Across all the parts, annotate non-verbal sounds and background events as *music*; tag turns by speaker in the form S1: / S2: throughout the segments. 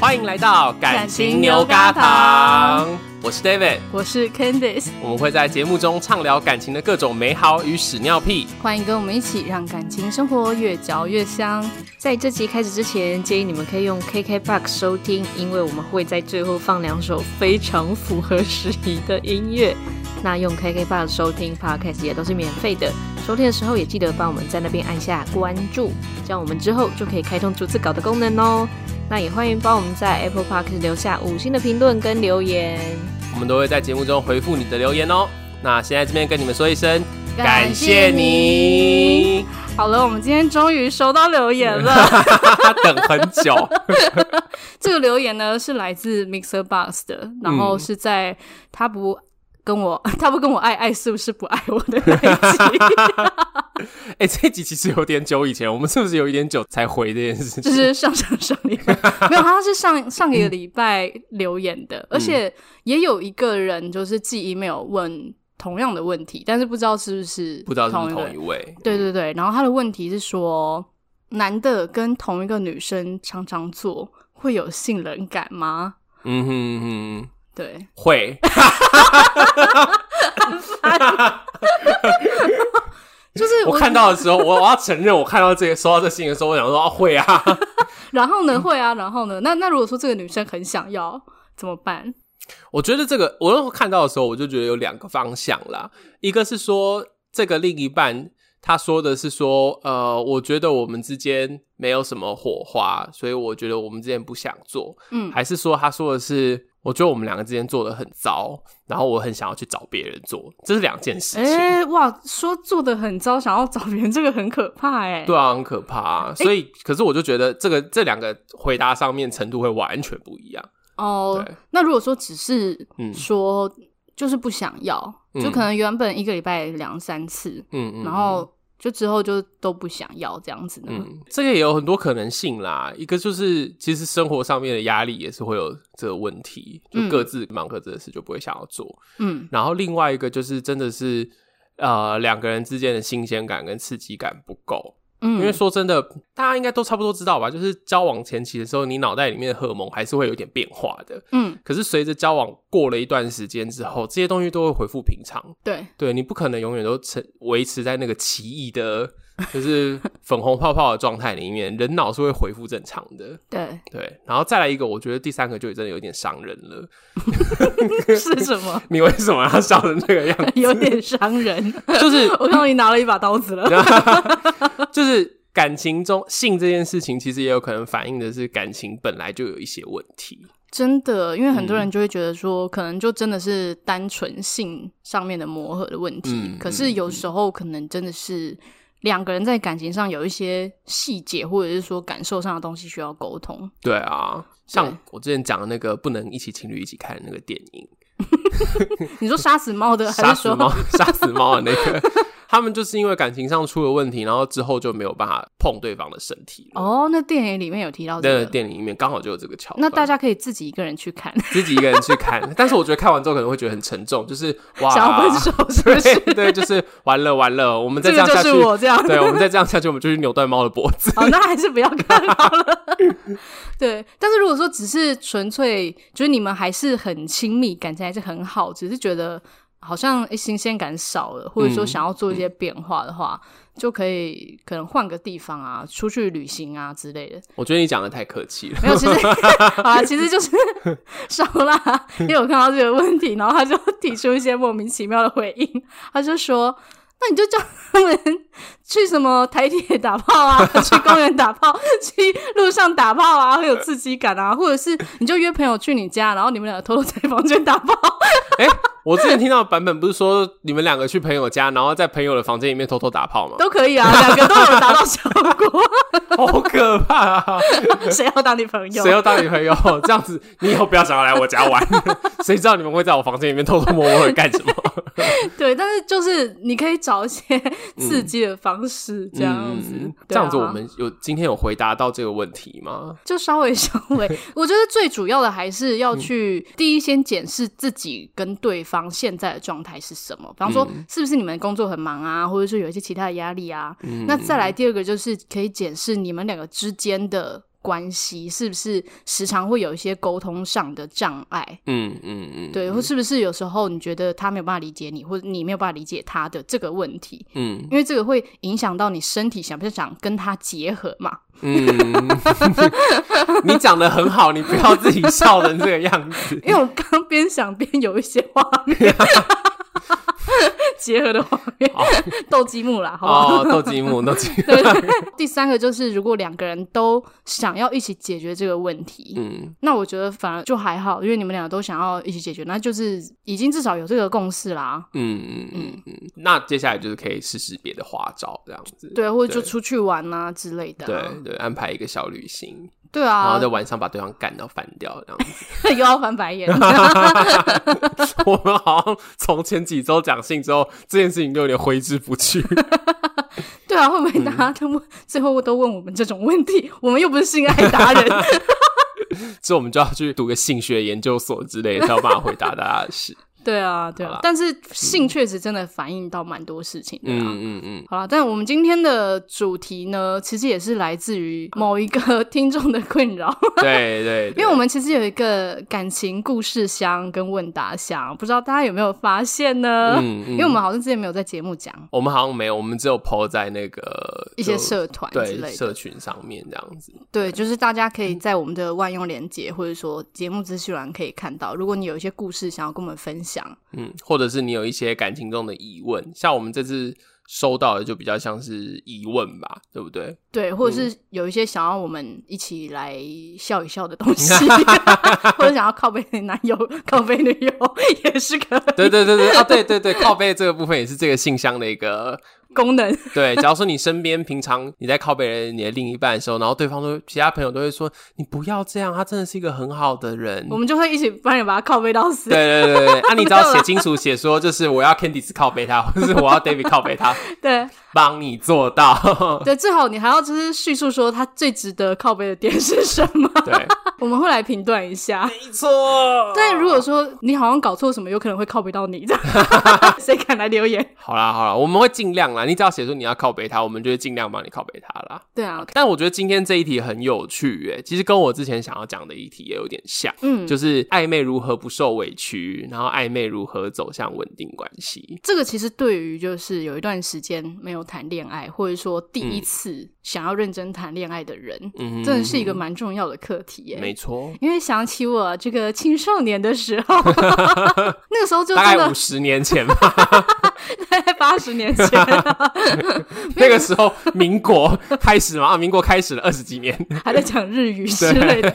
S1: 欢迎来到感
S2: 感
S1: 情
S2: 情
S1: 牛
S2: 牛
S1: 轧
S2: 轧
S1: 糖
S2: 糖，
S1: 我是 David。
S2: 我是 Candice，
S1: 我们会在节目中畅聊感情的各种美好与屎尿屁。
S2: 欢迎跟我们一起让感情生活越嚼越香。
S3: 在这集开始之前，建议你们可以用 KKBOX 收听，因为我们会在最后放两首非常符合时宜的音乐。那用 KKBOX 收听 Podcast 也都是免费的，收听的时候也记得帮我们在那边按下关注，这样我们之后就可以开通逐字稿的功能哦。那也欢迎帮我们在 Apple Podcast 留下五星的评论跟留言。
S1: 我们都会在节目中回复你的留言哦。那现在这边跟你们说一声，
S2: 感
S1: 谢
S2: 谢
S1: 你，
S2: 好了，我们今天终于收到留言了。
S1: *laughs* 等很久。 *laughs*
S2: 这个留言呢是来自 Mixer Box 的，然后是在他不跟我 *laughs* 他不跟我爱爱是不是不爱我的
S1: *laughs*
S2: 那一集，
S1: 哎、这一集其实有点久以前，我们是不是有一点久才回这件事
S2: 就
S1: 情？
S2: 是上上上礼拜没有，他是上上个礼拜留言
S1: 嗯
S2: 的，而且也有一个人就是寄 email 问同样的问题，但是不知道是不是
S1: 不知道是不是
S2: 一个
S1: 同
S2: 人
S1: 一位。
S2: 对对对，然后他的问题是说，男的跟同一个女生常常做，会有性冷感吗？
S1: 嗯哼嗯哼，
S2: 对， *laughs*
S1: 会。
S2: 就是
S1: 我看到的时候，我我要承认，我看到这个收到这信的时候，我想说、啊、会啊。
S2: 然后呢会啊，然后呢，那那如果说这个女生很想要怎么办？
S1: 我觉得这个，我那时候看到的时候，我就觉得有两个方向啦。一个是说，这个另一半他说的是说，呃，我觉得我们之间没有什么火花，所以我觉得我们之间不想做。
S2: 嗯
S1: 还是说他说的是，我觉得我们两个之间做的很糟，然后我很想要去找别人做，这是两件事情。
S2: 哎、哇，说做的很糟，想要找别人，这个很可怕哎、
S1: 对啊，很可怕、啊。所以，可是我就觉得这个这两个回答上面程度会完全不一样。
S2: 哦
S1: 对，
S2: 那如果说只是
S1: 嗯
S2: 说就是不想要，
S1: 嗯
S2: 就可能原本一个礼拜两三次，
S1: 嗯嗯，
S2: 然后就之后就都不想要这样子呢？
S1: 嗯，这个也有很多可能性啦。一个就是，其实生活上面的压力也是会有这个问题，就
S2: 嗯
S1: 各自忙各自的事，就不会想要做。
S2: 嗯
S1: 然后另外一个就是，真的是呃，两个人之间的新鲜感跟刺激感不够。
S2: 嗯，
S1: 因为说真的，大家应该都差不多知道吧，就是交往前期的时候，你脑袋里面的荷尔蒙还是会有点变化的。
S2: 嗯
S1: 可是随着交往过了一段时间之后，这些东西都会恢复平常。
S2: 对。
S1: 对你不可能永远都成维持在那个奇异的，就是粉红泡泡的状态里面，人脑是会恢复正常的。
S2: 对
S1: 对，然后再来一个，我觉得第三个就真的有点伤人了。 *laughs*
S2: 是什么？ *laughs*
S1: 你为什么要笑成这个样子？ *laughs*
S2: 有点伤人。
S1: 就是
S2: 我看到你拿了一把刀子了。
S1: 就是感情中性这件事情，其实也有可能反映的是感情本来就有一些问题。
S2: *laughs* 真的，因为很多人就会觉得说，可能就真的是单纯性上面的磨合的问题。
S1: 嗯
S2: 可是有时候可能真的是两个人在感情上有一些细节，或者是说感受上的东西需要沟通。
S1: 对啊，像
S2: 对
S1: 我之前讲的那个不能一起情侣一起看的那个电影，
S2: 你说杀死猫的，
S1: 杀
S2: 还是
S1: 死
S2: 说
S1: 猫杀死猫的那个， *laughs* 他们就是因为感情上出了问题，然后之后就没有办法碰对方的身体了。
S2: 哦，那电影里面有提到这
S1: 那个
S2: 个，
S1: 电影里面刚好就有这个桥段，
S2: 那大家可以自己一个人去看，
S1: 自己一个人去看，但是我觉得看完之后可能会觉得很沉重，就是哇，
S2: *laughs* 想要分手是不是？
S1: 对对，就是完了完了，我们再
S2: 这
S1: 这样
S2: 个就
S1: 下去
S2: 是，我这样。
S1: 对，我们再这样下去，我们就去扭断猫的脖子。
S2: 好，哦那还是不要看好了。 *laughs* 对，但是如果说只是纯粹，就是你们还是很亲密，感情还是很好，只是觉得好像诶新鲜感少了，或者说
S1: 嗯
S2: 想要做一些变化的话，就可以可能换个地方啊，出去旅行啊之类的。
S1: 我觉得你讲的太客气了，
S2: 没有，其实 *laughs* 好啦，其实就是 *laughs* 烧腊，因为我看到这个问题，然后他就提出一些莫名其妙的回应，他就说。那你就叫他们去什么台铁打炮啊，去公园打炮，去路上打炮啊，会有刺激感啊，或者是你就约朋友去你家，然后你们两个偷偷在房间打炮，
S1: 我之前听到的版本不是说你们两个去朋友家，然后在朋友的房间里面偷偷打炮吗？
S2: 都可以啊，两个都有达到效果，
S1: 好可怕、啊！
S2: 谁要当你朋友
S1: 谁？要当女朋友？这样子，你以后不要想要来我家玩。谁知道你们会在我房间里面偷偷摸摸的干什么？
S2: 对，但是就是你可以找一些 *laughs* 刺激的方式，这样子，
S1: 嗯这
S2: 对
S1: 样子，
S2: 啊
S1: 我们有今天有回答到这个问题吗？
S2: 就稍微稍微，我觉得最主要的还是要去第一先检视自己跟对方现在的状态是什么，比方说是不是你们工作很忙啊，或者是有一些其他的压力啊。那再来第二个就是可以检视你们两个之间的关系，是不是时常会有一些沟通上的障碍？
S1: 嗯嗯嗯，
S2: 对，或是不是有时候你觉得他没有办法理解你，或者你没有办法理解他的这个问题，
S1: 嗯
S2: 因为这个会影响到你身体想不想跟他结合嘛？
S1: 嗯， *laughs* 你讲的很好，你不要自己笑成这个样子。
S2: 因为我刚边想边有一些画面， *laughs* 结合的画面，斗鸡木啦，好 *laughs* 不好？
S1: 哦，斗鸡木，斗
S2: *laughs*
S1: 鸡木，
S2: 第三个就是，如果两个人都想要一起解决这个问题，
S1: 嗯
S2: 那我觉得反而就还好，因为你们俩都想要一起解决，那就是已经至少有这个共识啦。
S1: 嗯嗯嗯嗯。那接下来就是可以试试别的花招，这样子。
S2: 对，或者就
S1: 对
S2: 出去玩啊之类的、啊。
S1: 对对，安排一个小旅行，
S2: 对
S1: 然
S2: 啊
S1: 后在，晚上把对方干到翻掉，这样子。 *laughs*
S2: *laughs* 又要翻白眼。
S1: 我们好像从前几周讲性之后，这件事情就有点挥之不
S2: *laughs*
S1: 去。
S2: 对啊，会不
S1: 嗯
S2: 会大家都问，最后都问我们这种问题？我们又不是性爱达人。
S1: *laughs* 所以我们就要去读个性学研究所之类的，才有办法回答大家的事。
S2: 对啊，对
S1: 好
S2: 啊
S1: 啦。嗯
S2: 但是性确实真的反映到蛮多事情的啦。
S1: 嗯嗯嗯，
S2: 好啦，但我们今天的主题呢，其实也是来自于某一个 *laughs* 听众的困扰。
S1: 对对
S2: 因
S1: 对
S2: 为我们其实有一个感情故事箱跟问答箱，不知道大家有没有发现呢？
S1: 嗯嗯
S2: 因为我们好像之前没有在节目讲
S1: 我们好像没有，我们只有 PO 在那个
S2: 一些
S1: 就
S2: 社团之
S1: 对
S2: 类
S1: 社
S2: 的，
S1: 群上面这样子。
S2: 对，就是大家可以在我们的万用连接或者说节目资讯栏可以看到，如果你有一些故事想要跟我们分享，
S1: 嗯，或者是你有一些感情中的疑问，像我们这次收到的就比较像是疑问吧，对不
S2: *laughs*
S1: 对？
S2: 对，或者是有一些想要我们一起来笑一笑的东西，或者想要靠背男友、靠背女友也是可以
S1: 对对对对啊，对对对，靠背这个部分也是这个信箱的一个
S2: 功能。 *laughs*
S1: 对，假如说你身边平常你在靠别人你的另一半的时候，然后对方都其他朋友都会说你不要这样，他真的是一个很好的人。
S2: 我们就会一起帮你把它靠背到死。
S1: 对对对对，对啊，你只要写清楚写说，就是我要 Candice 靠背他，或者是我要 David 靠背他，
S2: 对
S1: 帮你做
S2: *laughs*
S1: 到。
S2: 对，最好你还要就是叙述说他最值得靠背的点是什么，
S1: 对，
S2: 我们会来评断一下。
S1: 没错。
S2: 但如果说你好像搞错什么，有可能会靠背到你的， *laughs* 谁敢来留言？
S1: 好啦好啦，我们会尽量啦。你只要写说你要靠背他，我们就会尽量帮你靠背他啦。
S2: 对啊，
S1: 但我觉得今天这一题很有趣耶，其实跟我之前想要讲的一题也有点像，
S2: 嗯
S1: 就是暧昧如何不受委屈，然后暧昧如何走向稳定关系。
S2: 这个其实对于就是有一段时间没有谈恋爱，或者说第一次想要认真谈恋爱的人，
S1: 嗯
S2: 真的是一个蛮重要的课题耶。
S1: 没错，
S2: 因为想起我这个青少年的时
S1: *laughs*
S2: 候，那个时候就
S1: 大
S2: 真
S1: 概
S2: 的
S1: 五十年前
S2: *laughs*
S1: 吧，
S2: 在八十年前，
S1: 那个时候民国开始嘛，啊，民国开始了二十几年，
S2: 还在讲日语之类的。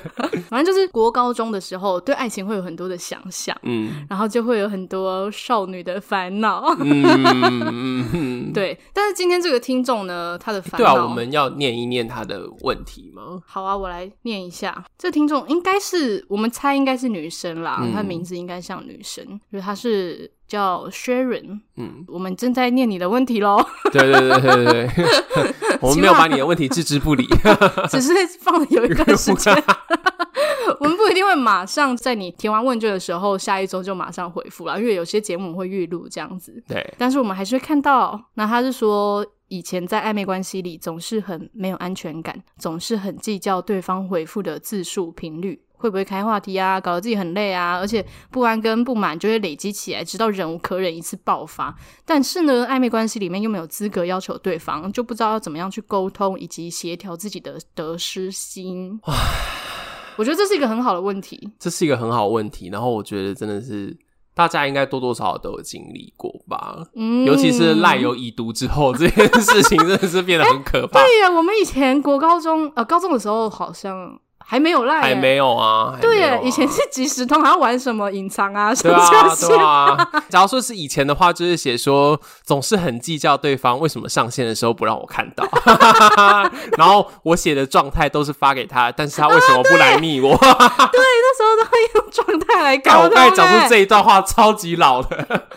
S2: 反正就是国高中的时候，对爱情会有很多的想象，
S1: 嗯
S2: 然后就会有很多少女的烦恼。
S1: 嗯嗯，
S2: 对，但是今天这个听众呢，他的烦
S1: 对啊，
S2: 恼，
S1: 我们要念一念他的问题吗？
S2: 好啊，我来念一下。这听众应该是我们猜应该是女生啦，
S1: 嗯
S2: 她名字应该像女生，就是她是叫 Sharon。
S1: 嗯，
S2: 我们正在念你的问题喽，
S1: 对对对对对对，
S2: *laughs*
S1: 我们没有把你的问题置之不理，
S2: 只是放了有一段时间。 *laughs* 我们不一定会马上在你填完问卷的时候，下一周就马上回复啦，因为有些节目我们会预录这样子。
S1: *laughs* 对，
S2: 但是我们还是会看到。那他是说，以前在暧昧关系里总是很没有安全感，总是很计较对方回复的字数、频率，会不会开话题啊，搞得自己很累啊，而且不安跟不满就会累积起来，直到忍无可忍一次爆发。但是呢，暧昧关系里面又没有资格要求对方，就不知道要怎么样去沟通以及协调自己的得失心。我觉得这是一个很好的问题。
S1: 这是一个很好的问题，然后我觉得真的是大家应该多多少少都有经历过吧，
S2: 嗯，
S1: 尤其是赖有已读之后，这件事情真的是变得很可怕。
S2: *laughs* 对呀，我们以前国高中呃高中的时候好像还没有赖、
S1: 还没有啊，还
S2: 对
S1: 没有啊
S2: 耶，以前是即时通，还要玩什么隐藏啊什
S1: 对
S2: 么 *laughs*
S1: 啊，
S2: 这
S1: 对
S2: 些。
S1: 啊。假如说是以前的话，就是写说总是很计较对方为什么上线的时候不让我看到， *laughs* 然后我写的状态都是发给他，但是他为什么不来密我？
S2: 对，那时候都会用状态来
S1: 干、
S2: 搞欸
S1: 我
S2: 他
S1: 刚
S2: 们
S1: 才讲出这一段话超级老的，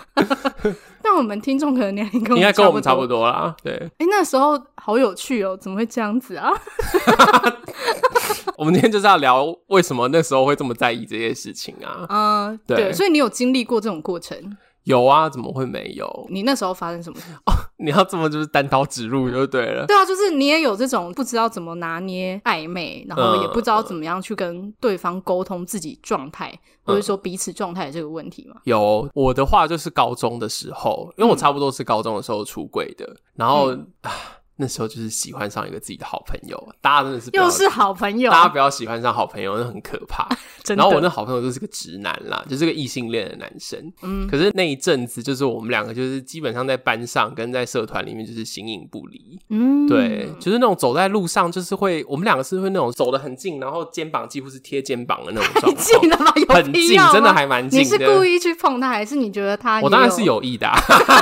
S2: 但我们听众可能年龄
S1: *laughs*
S2: 跟
S1: 应该跟我们差
S2: 不
S1: 不
S2: 多。
S1: 多啦。对， *laughs*
S2: 哎，那时候好有趣哦，怎么会这样子啊？
S1: 我们今天就是要聊为什么那时候会这么在意这些事情啊。
S2: 嗯，
S1: 对
S2: 对，所以你有经历过这种过程？
S1: 有啊，怎么会没有？
S2: 你那时候发生什么事？
S1: 你要这么就是单刀直入就对了。
S2: 对啊，就是你也有这种不知道怎么拿捏暧昧，然
S1: 嗯
S2: 后也不知道怎么样去跟对方沟通自己状态，或者说彼此状态的这个问题嘛。
S1: 有我的话就是高中的时候，因为我差不多是高中的时候出柜的，然后、啊那时候就是喜欢上一个自己的好朋友，大家真的是不要
S2: 又是好朋友，
S1: 大家不要喜欢上好朋友，那很可怕。
S2: 啊 *laughs* 真的
S1: 然后我那好朋友就是个直男啦，就是个异性恋的男生。
S2: 嗯
S1: 可是那一阵子，就是我们两个就是基本上在班上跟在社团里面就是形影不离。
S2: 嗯，
S1: 对，就是那种走在路上，就是会我们两个是会那种走得很近，然后肩膀几乎是贴肩膀的那种状
S2: *laughs* 你近
S1: 况，
S2: 了吗？有
S1: 很
S2: 必
S1: 近
S2: 要，吗
S1: 真的还蛮近
S2: 你
S1: 的。
S2: 是故意去碰他，还是你觉得他？
S1: 我当然是，有意的、啊，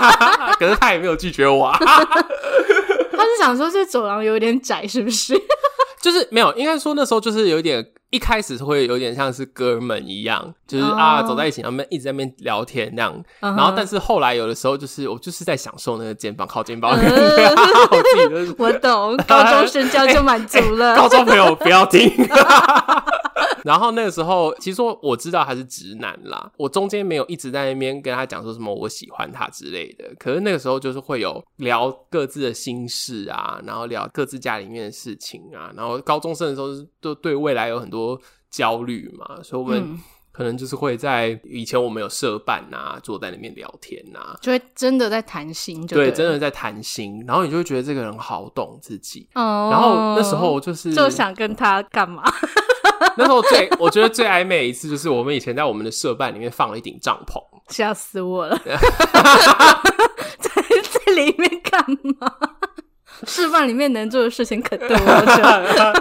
S1: *laughs* 可是他也没有拒绝我、啊，
S2: 他是想说这走廊有点窄，是不是？
S1: 就是没有，应该说那时候就是有一点，一开始是会有点像是哥们一样，就是、
S2: 哦
S1: 啊走在一起，他们一直在那边聊天那样，然后但是后来有的时候就是我就是在享受那个肩膀靠肩膀的感觉， *laughs* 我自己就是
S3: 我 *laughs* 懂，哎
S2: 高中生这样就满足了。
S1: 哎高中朋友不要听。 *laughs* 然后那个时候，其实我我知道他是直男啦，我中间没有一直在那边跟他讲说什么我喜欢他之类的。可是那个时候就是会有聊各自的心事啊，然后聊各自家里面的事情啊，然后高中生的时候是都对未来有很多焦虑嘛，所以我们
S2: 嗯
S1: 可能就是会在以前我们有社办啊，坐在那边聊天啊，
S2: *laughs* 就会真的在谈心，就
S1: 对，
S2: 了
S1: 真的在谈心，然后你就会觉得这个人好懂自己。
S2: 哦。
S1: 然后那时候我就是
S2: 就想跟他干 *laughs* 嘛？
S1: *laughs* 那时候最我觉得最暧昧的一次，就是我们以前在我们的社办里面放了一顶帐
S2: *laughs*
S1: 篷， *laughs*
S2: 吓死我 *laughs* 了！在在里面干嘛？示范里面能做的事情可多了，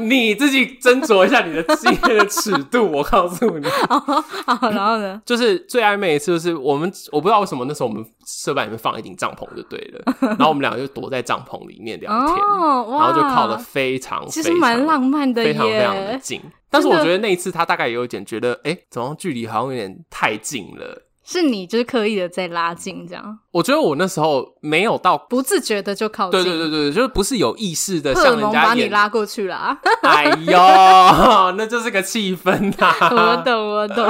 S1: 你自己斟酌一下你的经验的尺度。我告诉你，
S2: 好，然后呢？
S1: 就是最暧昧的一次，就是我们我不知道为什么那时候我们社办里面放了一顶帐篷就对了，然后我们两个就躲在帐篷里面聊天，
S2: *laughs* 哦，
S1: 然
S2: 哇，
S1: 后就靠的非常
S2: 其实蛮浪
S1: 漫
S2: 漫的
S1: 非常非常的
S2: 耶。
S1: 近。但是我
S2: 真
S1: 觉
S2: 的
S1: 得那一次他大概有一点觉得，哎、怎么距离好像有点太近了。
S2: 是你就是刻意的在拉近，这样
S1: 我觉得我那时候没有到
S2: 不自觉的就靠近，
S1: 对对对对，就是不是有意识的
S2: 荷尔
S1: 向人
S2: 蒙
S1: 家
S2: 把你
S1: 演，
S2: 拉过去
S1: *laughs*
S2: 了啊！
S1: 哎
S2: *laughs*
S1: 呦，那就是个气氛
S2: 我
S1: 呐、
S2: 懂，我懂，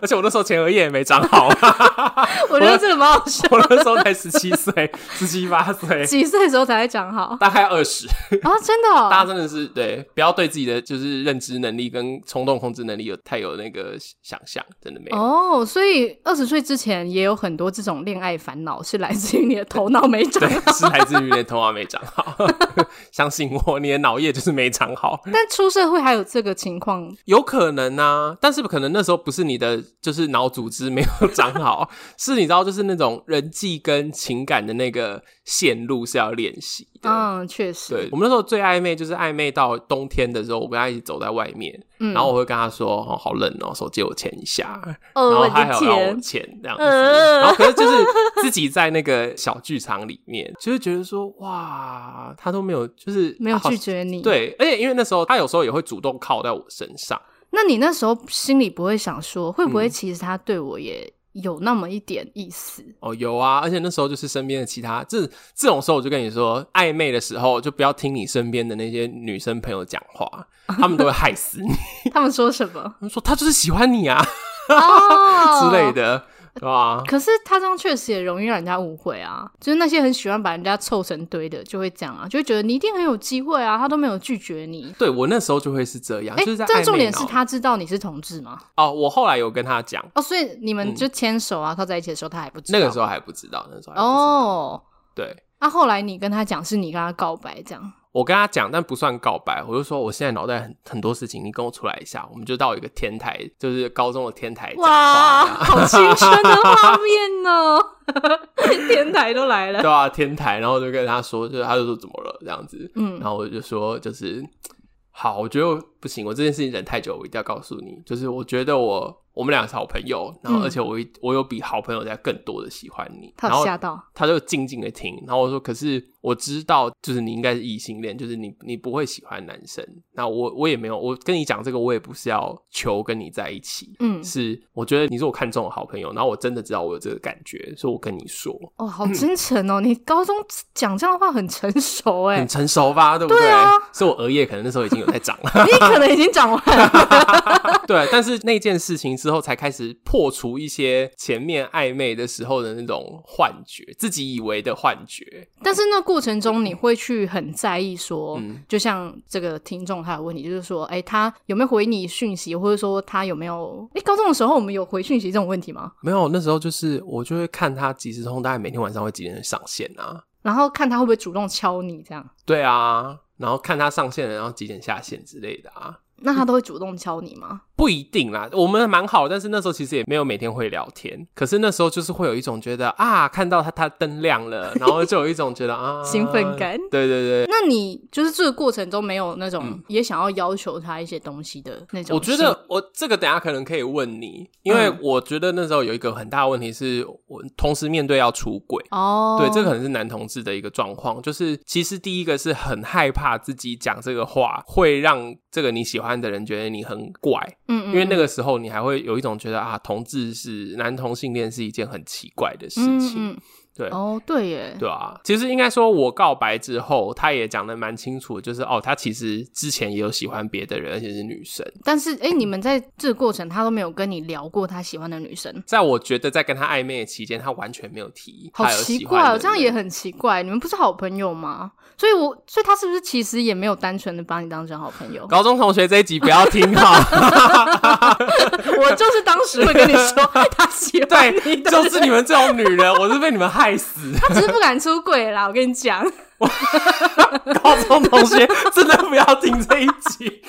S1: 而且我那时候前额叶也没长好，啊
S2: 我觉得这个蛮好笑。
S1: 我那时候才十七岁、十七八岁，
S2: *laughs* 几岁的时候才会
S1: *laughs*
S2: 讲好
S1: 大概二十。
S2: 啊？真的、哦？
S1: 大家真的是对，不要对自己的就是认知能力跟冲动控制能力有太有那个想象，真的没有。
S2: 哦，所以二十岁之前也有很多这种恋爱烦恼，是来自于你的头脑没长
S1: 对。，是来自于你的头脑没长好， *laughs* 相信我，你的脑叶就是没长好。
S2: *laughs* 但出社会还有这个情况，
S1: 有可能啊，但是可能那时候不是你的，就是脑组织没有长好， *laughs* 是你知道，就是那种人际跟情感的那个线路是要练习的。
S2: 嗯，确实，
S1: 对，我们那时候最暧昧就是暧昧到冬天的时候，我跟他一起走在外面，
S2: 嗯
S1: 然后我会跟他说：“哦，好冷哦，手借我牵一下。”然
S2: 哦，
S1: 后
S2: 我
S1: 他还
S2: 的
S1: 有让我
S2: 天，
S1: 钱这样子，
S2: 呃
S1: 然后可是就是自己在那个小剧场里面，就是觉得说哇，他都没有，就是
S2: 没有
S1: 啊好
S2: 拒绝你。，
S1: 对，而且因为那时候他有时候也会主动靠在我身上。
S2: 那你那时候心里不会想说，会不
S1: 嗯
S2: 会其实他对我也有那么一点意思？
S1: 哦，有啊，而且那时候就是身边的其他这这种时候，我就跟你说，暧昧的时候就不要听你身边的那些女生朋友讲话，她们都会害死你。 *laughs*
S2: 他们说什么
S1: 他？们说她就是喜欢你啊
S2: 哦
S1: 之类。的，对吧？
S2: 可是他这样确实也容易让人家误会啊，就是那些很喜欢把人家凑成堆的，就会这样啊，就会觉得你一定很有机会啊，他都没有拒绝你。
S1: 对我那时候就会是这样，
S2: 哎、
S1: 啊就是在暧
S2: 但
S1: 昧
S2: 重点是
S1: 脑
S2: 他知道你是同志吗？
S1: 哦，我后来有跟他讲，
S2: 哦，所以你们就牵手啊、靠在一起的时候，他还不知道。
S1: 嗯那个时候还不知道，那时候还不知道
S2: 哦，
S1: 对。
S2: 那、后来你跟他讲，是你跟他告白这样。
S1: 我跟他讲，但不算告白，我就说我现在脑袋很很多事情，你跟我出来一下，我们就到一个天台，就是高中的天台讲话
S2: 哇，
S1: 这样
S2: 好青春的画面 *laughs* 哦！天台都来了，
S1: 对啊，天台，然后就跟他说，就是他就说怎么了这样子，
S2: 嗯
S1: 然后我就说就是好，我觉得我不行，我这件事情忍太久，我一定要告诉你，就是我觉得我我们俩是好朋友，然后而且我一、我有比好朋友在更多的喜欢你，
S2: 嗯他
S1: 然
S2: 有
S1: 后
S2: 吓到，
S1: 他就静静的听，然后我说可是我知道，就是你应该是异性恋，就是你你不会喜欢男生，那我我也没有，我跟你讲这个，我也不是要求跟你在一起。
S2: 嗯，
S1: 是，我觉得你是我看中的好朋友，然后我真的知道我有这个感觉，所以我跟你说，
S2: 哦，好真诚哦！你高中讲这样的话很成熟哎
S1: 很，成熟吧，对不对？
S2: 对啊 *laughs*
S1: 所以我额叶可能那时候已经有在长了，
S2: 你可可能已经讲完了。
S1: 对，但是那件事情之后，才开始破除一些前面暧昧的时候的那种幻觉，自己以为的幻觉。
S2: 但是那过程中，你会去很在意说，
S1: 嗯
S2: 就像这个听众他的问题，就是说，哎、他有没有回你讯息，或者说他有没有？哎、高中的时候我们有回讯息这种问题吗？
S1: 没有，那时候就是我就会看他即时通，大概每天晚上会几点上线啊？
S2: 然后看他会不会主动敲你这样？
S1: 对啊，然后看他上线了，然后几点下线之类的啊。
S2: 那他都会主动敲你吗？
S1: 不一定啦，我们蛮好，但是那时候其实也没有每天会聊天，可是那时候就是会有一种觉得啊，看到他他灯亮了，然后就有一种觉得啊
S2: 兴奋感
S1: 对对对，嗯
S2: 那你就是这个过程中没有那种也想要要求他一些东西的那种
S1: 我
S2: 心？
S1: 觉得我这个等一下可能可以问你，因为
S2: 嗯
S1: 我觉得那时候有一个很大的问题是我同时面对要出轨。
S2: 哦，
S1: 对，这个可能是男同志的一个状况，就是其实第一个是很害怕自己讲这个话会让这个你喜欢的人觉得你很怪，
S2: 嗯，嗯
S1: 因为那
S2: 个
S1: 个时候你还会有一种觉得啊，同志是男同性恋是一件很奇怪的事情，
S2: 嗯嗯
S1: 对
S2: 哦，对耶，
S1: 对啊，其实应该说，我告白之后，他也讲的蛮清楚，就是哦，他其实之前也有喜欢别的人，而且是女生。
S2: 但是哎、你们在这个过程，他都没有跟你聊过他喜欢的女生，
S1: 在我觉得在跟他暧昧的期间，他完全没有提
S2: 好
S1: 他有
S2: 奇
S1: 喜
S2: 怪
S1: 欢的
S2: 哦，
S1: 人，
S2: 这样也很奇怪。你们不是好朋友吗？所以我，所以他是不是其实也没有单纯的把你当成好朋友？
S1: 高中同学这一集不要听
S2: *laughs*
S1: 哈，
S2: 我就是当时会跟你
S1: *laughs*
S2: 说他喜欢你
S1: 对，
S2: 的，
S1: 就是你们这种女人，我是被你们害死。 *laughs*
S2: 他只是不敢出轨啦。我跟你讲，
S1: 高中同学真的不要听这一集。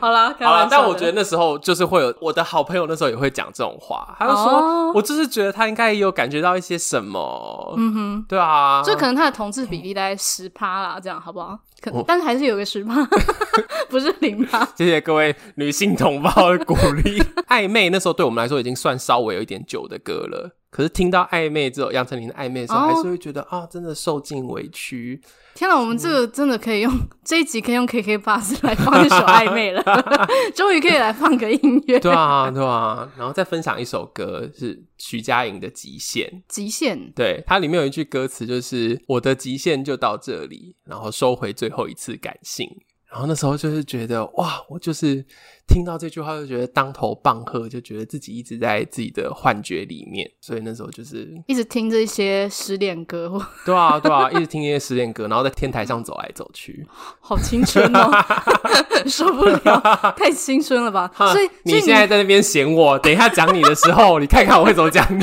S2: 好啦，开
S1: 好
S2: 玩
S1: 了
S2: 笑，
S1: 但我觉得那时候就是会有我的好朋友，那时候也会讲这种话，他就说、
S2: 哦
S1: 我就是觉得他应该也有感觉到一些什么，
S2: 嗯哼。
S1: 对啊，
S2: 就可能他的同志比例大概十趴啦，这样好不好？可
S1: 我
S2: 但是还是有个十趴， *laughs* 不是零趴。
S1: 谢谢各位女性同胞的鼓励。 *laughs* 暧昧那时候对我们来说已经算稍微有一点久的歌了，可是听到暧昧之后，杨丞琳的暧昧的时候，
S2: 哦
S1: 还是会觉得啊，真的受尽委屈。
S2: 天哪，我们这个真的可以用这一集可以用 KK Bus 来放一首暧昧了， *laughs* 终于可以来放个音乐。
S1: 对啊，对啊。然后再分享一首歌是徐佳莹的《极限》，
S2: 极限
S1: 对，它里面有一句歌词就是“我的极限就到这里”，然后收回最后一次感性。然后那时候就是觉得哇，我就是听到这句话就觉得当头棒喝，就觉得自己一直在自己的幻觉里面，所以那时候就是
S2: 一直听这些失恋歌，我 *laughs*
S1: 对啊，对啊，一直听一些失恋歌，然后在天台上走来走去。
S2: 好青春哦， *laughs* 受不了，太青春了吧？所以，
S1: 你
S2: 所以
S1: 现在在那边嫌我，等一下讲你的时候，你看看我会怎么讲
S2: *laughs*
S1: 你。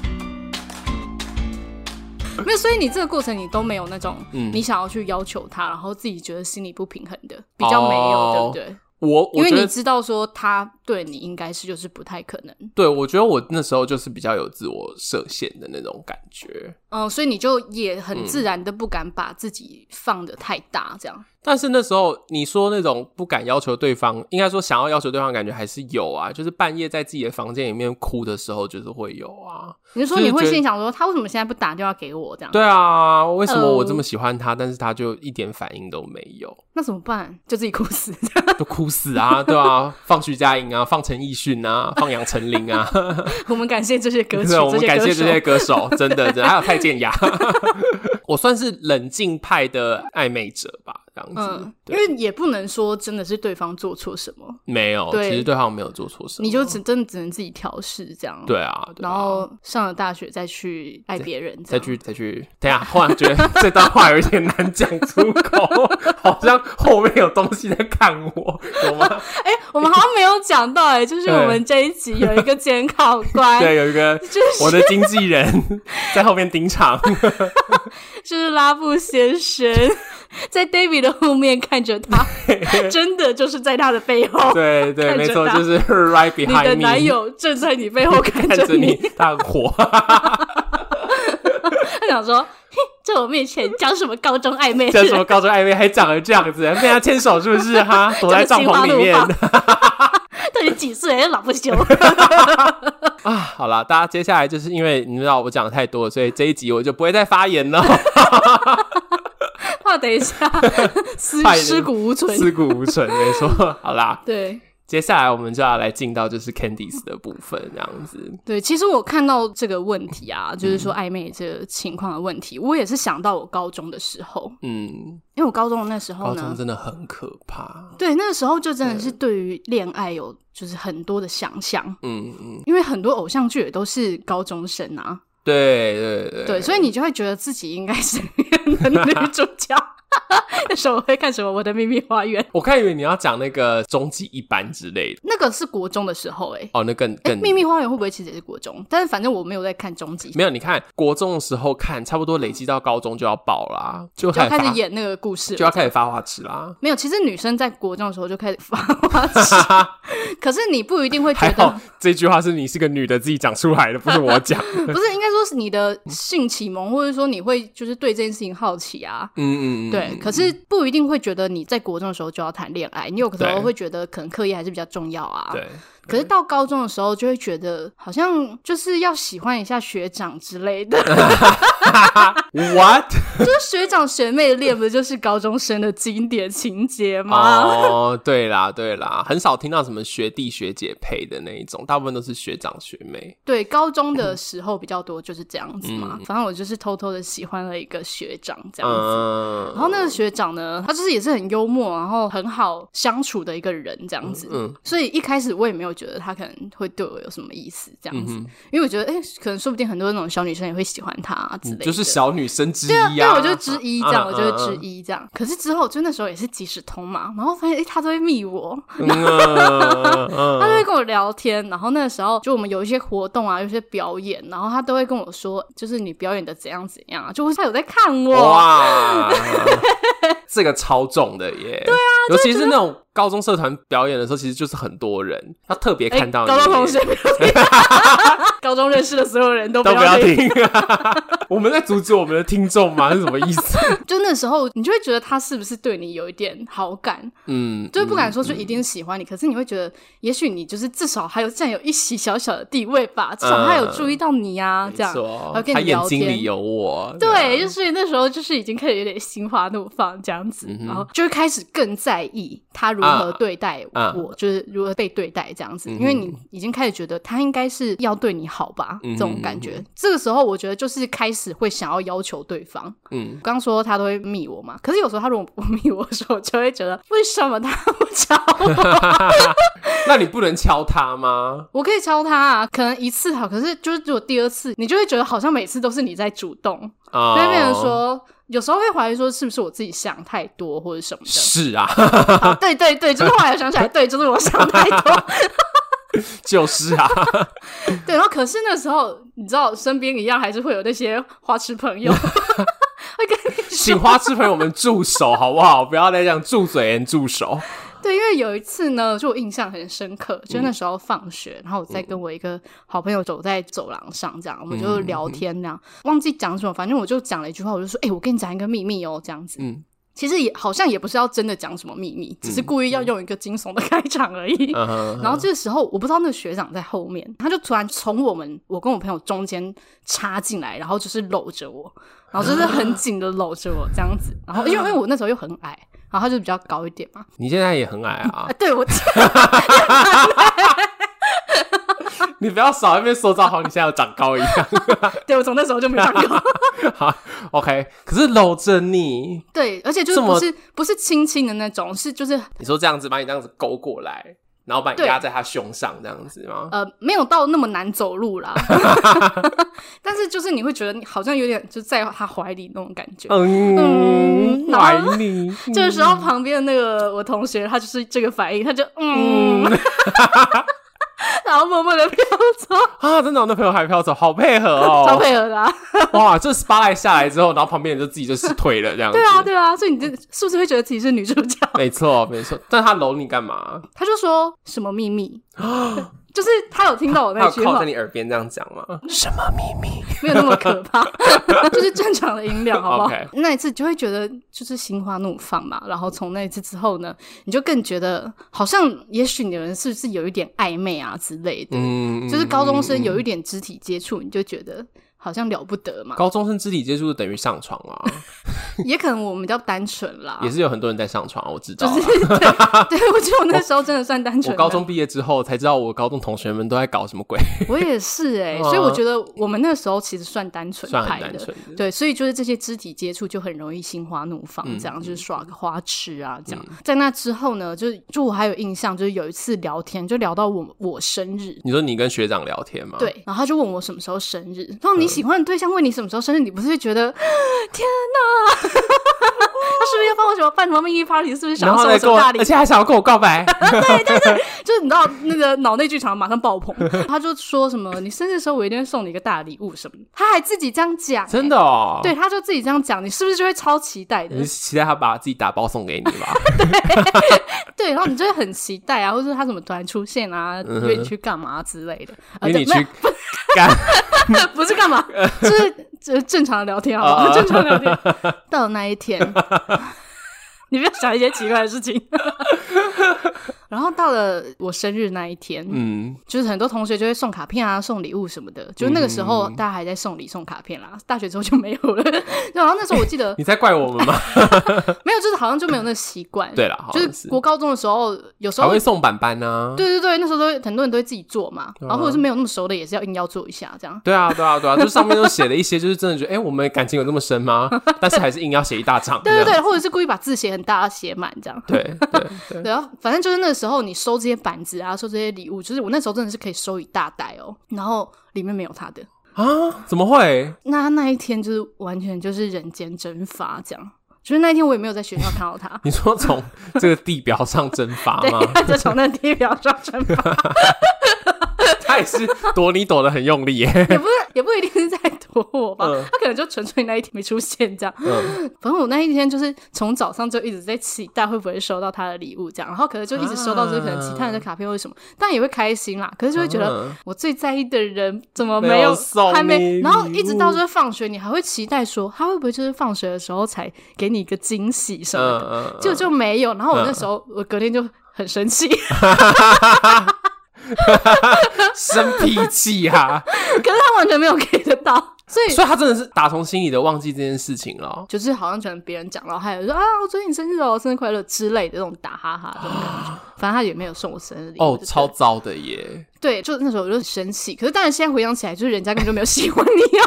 S2: 你没有，所以你这个过程你都没有那种
S1: 嗯
S2: 你想要去要求他，然后自己觉得心里不平衡的，比较没有，
S1: 哦
S2: 对不对？
S1: 我我
S2: 因为
S1: 觉
S2: 你
S1: 得
S2: 知道说他对你应该是就是不太可能，
S1: 对，我觉得我那时候就是比较有自我设限的那种感觉。
S2: 嗯，所以你就也
S1: 嗯
S2: 很自然的不敢把自己放的太大，这样。
S1: 但是那时候你说那种不敢要求对方，应该说想要要求对方，的感觉还是有啊。就是半夜在自己的房间里面哭的时候，就是会有啊。
S2: 你就说
S1: 就是
S2: 你会
S1: 觉得
S2: 心里想说，他为什么现在不打电话给我这样？
S1: 对啊，为什么
S2: 哦
S1: 我这么喜欢他，但是他就一点反应都没有，
S2: 那怎么办？就自己哭死。 *laughs*
S1: 就哭死啊，对啊，放徐佳莹啊，放陈奕迅啊，放杨丞琳啊，
S2: 我们感谢这些 *laughs* 歌曲，
S1: *laughs* 对，啊我们感谢这
S2: 歌
S1: 些
S2: 手。
S1: 歌手，真的，真的还有蔡健雅。我算是冷静派的暧昧者吧，这样子。
S2: 嗯，因
S1: 对，
S2: 为也不能说真的是对方做错什么，
S1: 没有，
S2: 对
S1: 其实对方没有做错什么。
S2: 你就只真的只能自己调试这样。
S1: 对。啊，对啊
S2: 然后上了大学再去爱别人，这
S1: 再
S2: 样
S1: 去再去，等一下，忽然觉得这段话有一点难讲出口，好像后面有东西在看我，有吗？
S2: 哎、我们好像没有讲到哎、就是
S1: 对
S2: 我们这一集有一个监考
S1: 嗯
S2: 官，
S1: 对，有一个
S2: 就是
S1: 我的经纪人在后面盯场，
S2: 就是拉布先生，在 David 的后面看
S1: *laughs*
S2: 着他，真的就是在他的背后，
S1: 对对，
S2: 看着
S1: 没错，
S2: 他
S1: 就是 right
S2: 你的
S1: behind
S2: 男
S1: me，
S2: 友正在你背
S1: *laughs*
S2: 后看
S1: 看着
S2: 着
S1: 你，他很火，
S2: 他想说，嘿，在我面前讲什么高中暧昧？
S1: 这什么高中暧昧还长得这样子，被他牵手是不是？哈，躲在帐篷里面
S2: 就是心花，到底几岁还是
S1: *laughs*
S2: 老不休？
S1: 啊， *laughs* 好啦，大家接下来就是因为你知道我讲的太多了，所以这一集我就不会再发言
S2: *laughs*
S1: 了，
S2: 怕等
S1: *laughs*
S2: 一下尸
S1: 怕你
S2: 尸骨无存。
S1: 尸骨无存，没错。好啦，
S2: 对
S1: 接下来我们就要来进到就是 Candice 的部分，这样子。
S2: 对，其实我看到这个问题
S1: 嗯
S2: 啊，就是说暧昧这个情况的问题，我也是想到我高中的时候，
S1: 嗯，
S2: 因为我高中的那时候
S1: 高
S2: 呢
S1: 中，真的很可怕。
S2: 对，那个时候就真的是对于恋爱有就是很多的想象，
S1: 嗯嗯，
S2: 因为很多偶像剧也都是高中生啊，
S1: 对对对
S2: 对，所以你就会觉得自己应该是那个女主
S1: *laughs*
S2: 角。那时候我会看什么《我的秘密花园》，
S1: 我看以为你要讲那个终极一班之类的，
S2: 那个是国中的时候、欸，
S1: 哦，那更
S2: 哎、
S1: 更
S2: 秘密花园》会不会其实也是国中？但是反正我没有在看终极，
S1: 没有，你看国中的时候看，差不多累积到高中就要爆啦，就
S2: 就
S1: 开
S2: 要开
S1: 始发
S2: 始演那个故事了，
S1: 就要开始发花痴啦。
S2: 没有，其实女生在国中的时候就开始发 *laughs*
S1: *laughs*
S2: 花痴，可是你哎不一定会觉
S1: 还
S2: 得
S1: 好，这句话是你是个女的自己讲出来的，不是我
S2: *laughs*
S1: 讲。
S2: 不是应该说是你的性启蒙，或者说你会就是对这件事情好奇啊。
S1: 嗯嗯嗯，
S2: 对，可是不一定会觉得你在国中的时候就要谈恋爱，你有可
S1: 对
S2: 能会觉得可能课业还是比较重要啊。
S1: 对，
S2: 可是到高中的时候，就会觉得好像就是要喜欢一下学长之类
S1: *laughs*
S2: 的，
S1: What？
S2: 就是学长学妹的恋，不就是高中生的经典情节吗？
S1: 哦，对啦对啦，很少听到什么学弟学姐配的那一种，大部分都是学长学妹。
S2: 对，高中
S1: 嗯
S2: 的时候比较多就是这样子嘛。反正我就是偷偷的喜欢了一个学长这样子。
S1: 嗯
S2: 然后那个学长呢，他就是也是很幽默，然后很好相处的一个人这样子。
S1: 嗯
S2: 所以一开始我也没有觉得他可能会对我有什么意思这样子，
S1: 嗯
S2: 因为我觉得哎、诶可能说不定很多那种小女生也会喜欢他、啊之类的。
S1: 就是小女生之
S2: 对啊，
S1: 一
S2: 对，
S1: 啊，
S2: 我就之一这样，
S1: 嗯
S2: 我就会之一这样。可是之后，就那时候也是即时通嘛，然后发现哎、诶他都会密我，
S1: 嗯嗯嗯
S2: *laughs* 他就会跟我聊天，然后那个时候就我们有一些活动啊，有一些表演，然后他都会跟我说，就是你表演的怎样怎样啊，就他有在看我，
S1: 哇， *laughs* 这个超重的耶！对啊，尤其是那种高中社团表演的时候，其实就是很多人，他特别
S2: 哎
S1: 看到你、
S2: 高中同学，不要听 *laughs* 高中认识的所有人都
S1: 都不要
S2: 要听。
S1: 听。 *laughs* 我们在阻止我们的听众吗？是什么意
S2: *laughs*
S1: 思？
S2: 就那时候，你就会觉得他是不是对你有一点好感，
S1: 嗯，
S2: 就是不敢说出一定喜欢你，可是你会觉得，也许你就是至少还有占有一席小小的地位吧，至少他有注意到你啊，这样
S1: 嗯没错
S2: 还会跟
S1: 他
S2: 你
S1: 眼
S2: 聊
S1: 睛
S2: 天
S1: 里。有我。
S2: 对，就是那时候就是已经开始有点心花怒放这样子，
S1: 嗯
S2: 然后就会开始更在意他如何
S1: 啊
S2: 对待我，
S1: 啊
S2: 就是如何被对待这样子，
S1: 嗯哼
S2: 因为你已经开始觉得他应该是要对你好吧，
S1: 嗯哼
S2: 这种感觉。这个时候我觉得就是开始会想要要求对方。
S1: 嗯，
S2: 我刚说他都会密我嘛，可是有时候他如果不密我的时候，我就会觉得为什么他不找我？ *laughs*
S1: 那你不能敲他吗？
S2: 我可以敲他啊，可能一次好，可是就是如果第二次，你就会觉得好像每次都是你在主动，
S1: 啊、
S2: 就会变成说，有时候会怀疑说是不是我自己想太多或者什么的。
S1: 是啊， *laughs*
S2: 啊对对对，就是后来我想起来，对，就是我想太多。
S1: 就是啊，
S2: 对，然后可是那时候你知道，身边一样还是会有那些花痴朋友，会跟你
S1: 请
S2: 说。
S1: 花痴朋友们住手好不好？不要再这样住嘴人住手。
S2: 对，因为有一次呢，就我印象很深刻，就
S1: 嗯
S2: 那时候放学，然后我在跟我一个好朋友走在走廊上，这样我们
S1: 嗯
S2: 就聊天那样，忘记讲什么，反正我就讲了一句话，我就说：“哎、我跟你讲一个秘密哦，这样子。”
S1: 嗯
S2: 其实也好像也不是要真的讲什么秘密，只是故意要用一个惊悚的 *laughs* 开场而已。
S1: 嗯哼
S2: 然后这个时候，我不知道那个学长在后面，他就突然从我们我跟我朋友中间插进来，然后就是搂着我，然后就是
S1: *laughs*
S2: 很紧的搂着我这样子。然后因为因为我那时候又很矮，然后他就比较高一点嘛，
S1: 你现在也很矮
S2: *laughs*
S1: 啊
S2: 啊，，对我
S1: 你不要少在那边塑造好你现在要长高一样。
S2: 对我从那时候就没长高，
S1: 好，OK。可是搂着你，
S2: *laughs* 对，而且就是
S1: 这么
S2: 不是不是轻轻的那种，是就是
S1: 你说这样子把你这样子勾过来，然后把你
S2: 对
S1: 压在他胸上这样子吗？
S2: 呃没有到那么难走路
S1: *laughs*
S2: 啦， *laughs* 但是就是你会觉得你好像有点就在他怀里那种感觉。
S1: 嗯，
S2: 嗯然
S1: 怀你。
S2: 这个时候，旁边的那个我同学，他就是这个反应，他就
S1: *laughs*
S2: 嗯，*laughs* 然后默默的飘走，
S1: 啊，真的，我那朋友还飘走，好配合
S2: 超
S1: 哦！
S2: 配合的、啊。
S1: 哇，这 spotlight 下来之后，然后旁边人就自己就是退了这样子。
S2: 对啊，对啊，所以你这是不是会觉得自己是女主角？ *laughs*
S1: 没错，没错。但他搂你干嘛？ *gasps*
S2: 他就说什么秘密？就是他有听到我
S1: 他
S2: 那
S1: 有
S2: 句
S1: 靠
S2: 话
S1: 在，你耳边这样讲吗？什么秘密？
S2: 没有那么可怕， *laughs* 就是正常的音量，好不好
S1: OK
S2: 那一次就会觉得就是心花怒放嘛，然后从那一次之后呢，你就更觉得好像也许你们是不是有一点暧昧啊之类的，
S1: 嗯，
S2: 就是高中生有
S1: 一
S2: 一点肢体接触，你就觉得好像了不得嘛。
S1: 高中生肢体接触就等于上床啊，
S2: *laughs* 也可能我们比较单纯啦，
S1: 也是有很多人在上床啊，我知道
S2: 就
S1: 啊。
S2: 是 *laughs* 对，对我觉得我那时候真的算单纯
S1: 我
S2: 的。
S1: 高中毕业之后才知道，我高中同学们都在搞什
S2: *laughs*
S1: 么鬼，
S2: 我也是哎、
S1: 嗯
S2: 所以我觉得我们那时候其实算单纯
S1: 算
S2: 派
S1: 很单。
S2: 的
S1: 纯的。
S2: 对，所以就是这些肢体接触就很容易心花怒放，
S1: 嗯
S2: 这样、就是耍个花痴啊，这样。在那之后呢，就是就我还有印象，就是有一次聊天，就聊到我我生日。
S1: 你说你跟学长聊天吗？，
S2: 对，然后他就问我什么时候生日。然
S1: 嗯
S2: 后你喜欢的对象问你什么时候生日，你不是会觉得天哪， *laughs* 他是不是要帮我什么办什么蜜月 party？是不是想
S1: 然
S2: 要
S1: 后
S2: 送
S1: 呢
S2: 我什
S1: 跟
S2: 么
S1: 我，
S2: 大礼
S1: 而？且还想要跟我告白，
S2: *laughs*
S1: *laughs*
S2: 就是你知道那个脑内剧场马上爆棚， *laughs* 他就说什么你生日的时候我一定会送你一个大礼物什么的，他还自己这样讲、欸
S1: 真的哦。嗯
S2: *laughs* 对，，他就自己这样讲，你是不是就会超期待的
S1: 你是？期待他把自己打包送给你
S2: *laughs*
S1: 吧？
S2: 对，然后你就会很期待啊，或者是他怎么突然出现啊，
S1: 嗯哼
S2: 约你去干嘛之类的。啊
S1: 因为你
S2: 对
S1: 去 *laughs* 干，
S2: 没有不是
S1: *laughs*
S2: 干嘛，就是就是正常的聊天好不
S1: 啊
S2: 好？
S1: 啊
S2: 正常地聊天。到了那一天， *laughs* 你不要想一些奇怪的事情。 *laughs* 然后到了我生日那一天，
S1: 嗯，
S2: 就是很多同学就会送卡片啊、送礼物什么的。就是那个时
S1: 嗯
S2: 候，大家还在送礼送卡片啦，大学之后就没有了。 *laughs* 然后那时候我记得
S1: 你在怪我们
S2: *laughs*
S1: 吗？
S2: 没有，就是好像就没有那个习惯。
S1: 对啦好
S2: 就
S1: 像
S2: 是
S1: 是
S2: 国高中的时候，有时
S1: 还
S2: 候
S1: 会送板板啊呢？
S2: 对对对，那时候都会很多人都会自己做嘛，然后或者是没有那么熟的，也是要硬要做一下这样。
S1: 对啊，对啊，对啊，就上面都写了一些，就是真的觉得，哎、我们感情有这么深吗？但是还是硬要写一大张。
S2: *laughs* 对对对，或者是故意把字写很大，写满这样。
S1: 对
S2: *laughs*
S1: 对对对，
S2: 然后反正就是那个时候，你收这些板子啊，收这些礼物，就是我那时候真的是可以收一大袋哦，然后里面没有他的。
S1: 啊，怎么会？，
S2: 那他那一天就是完全就是人间蒸发这样，就是那一天我也没有在学校看到他
S1: 你说
S2: *laughs*
S1: 从这个地表上蒸发
S2: 对
S1: 吗？，
S2: 他就从那地表上蒸发，
S1: *laughs* 他也是躲你躲得很用力 *laughs* 耶。
S2: 也不是也不一定是在躲我吧，
S1: 嗯
S2: 他可能就纯粹那一天没出现这样。
S1: 嗯，
S2: 反正我那一天就是从早上就一直在期待会不会收到他的礼物，这样，然后可能就一
S1: 啊
S2: 直收到就是可能其他人的卡片或者什么，但也会开心啦。可是就 *laughs* 会觉得
S1: 嗯
S2: 我最在意的人怎么
S1: 没
S2: 有
S1: 有送
S2: 还没，
S1: 你
S2: 然后一直到
S1: 礼物
S2: 就是放学，你还会期待说他会不会就是放学的时候才给你一个惊喜什么的，
S1: 嗯嗯嗯
S2: 结果就没有。然后我那时候我隔天就很生气， *laughs*
S1: 嗯生脾气啊！
S2: 可是他完全没有给得到，所以
S1: 所以他真的是打从心里的忘记这件事情了。哦
S2: 就是好像可能别人讲，然后还有说啊，我昨天你生日哦，生日快乐之类的这种打哈哈这种感觉。反正他也没有送我生日礼物
S1: 啊哦，
S2: 就对
S1: 超
S2: 了
S1: 糟的耶！
S2: 对，就那时候我就很生气。可是当然现在回想起来，就是人家根本就没有喜欢你啊，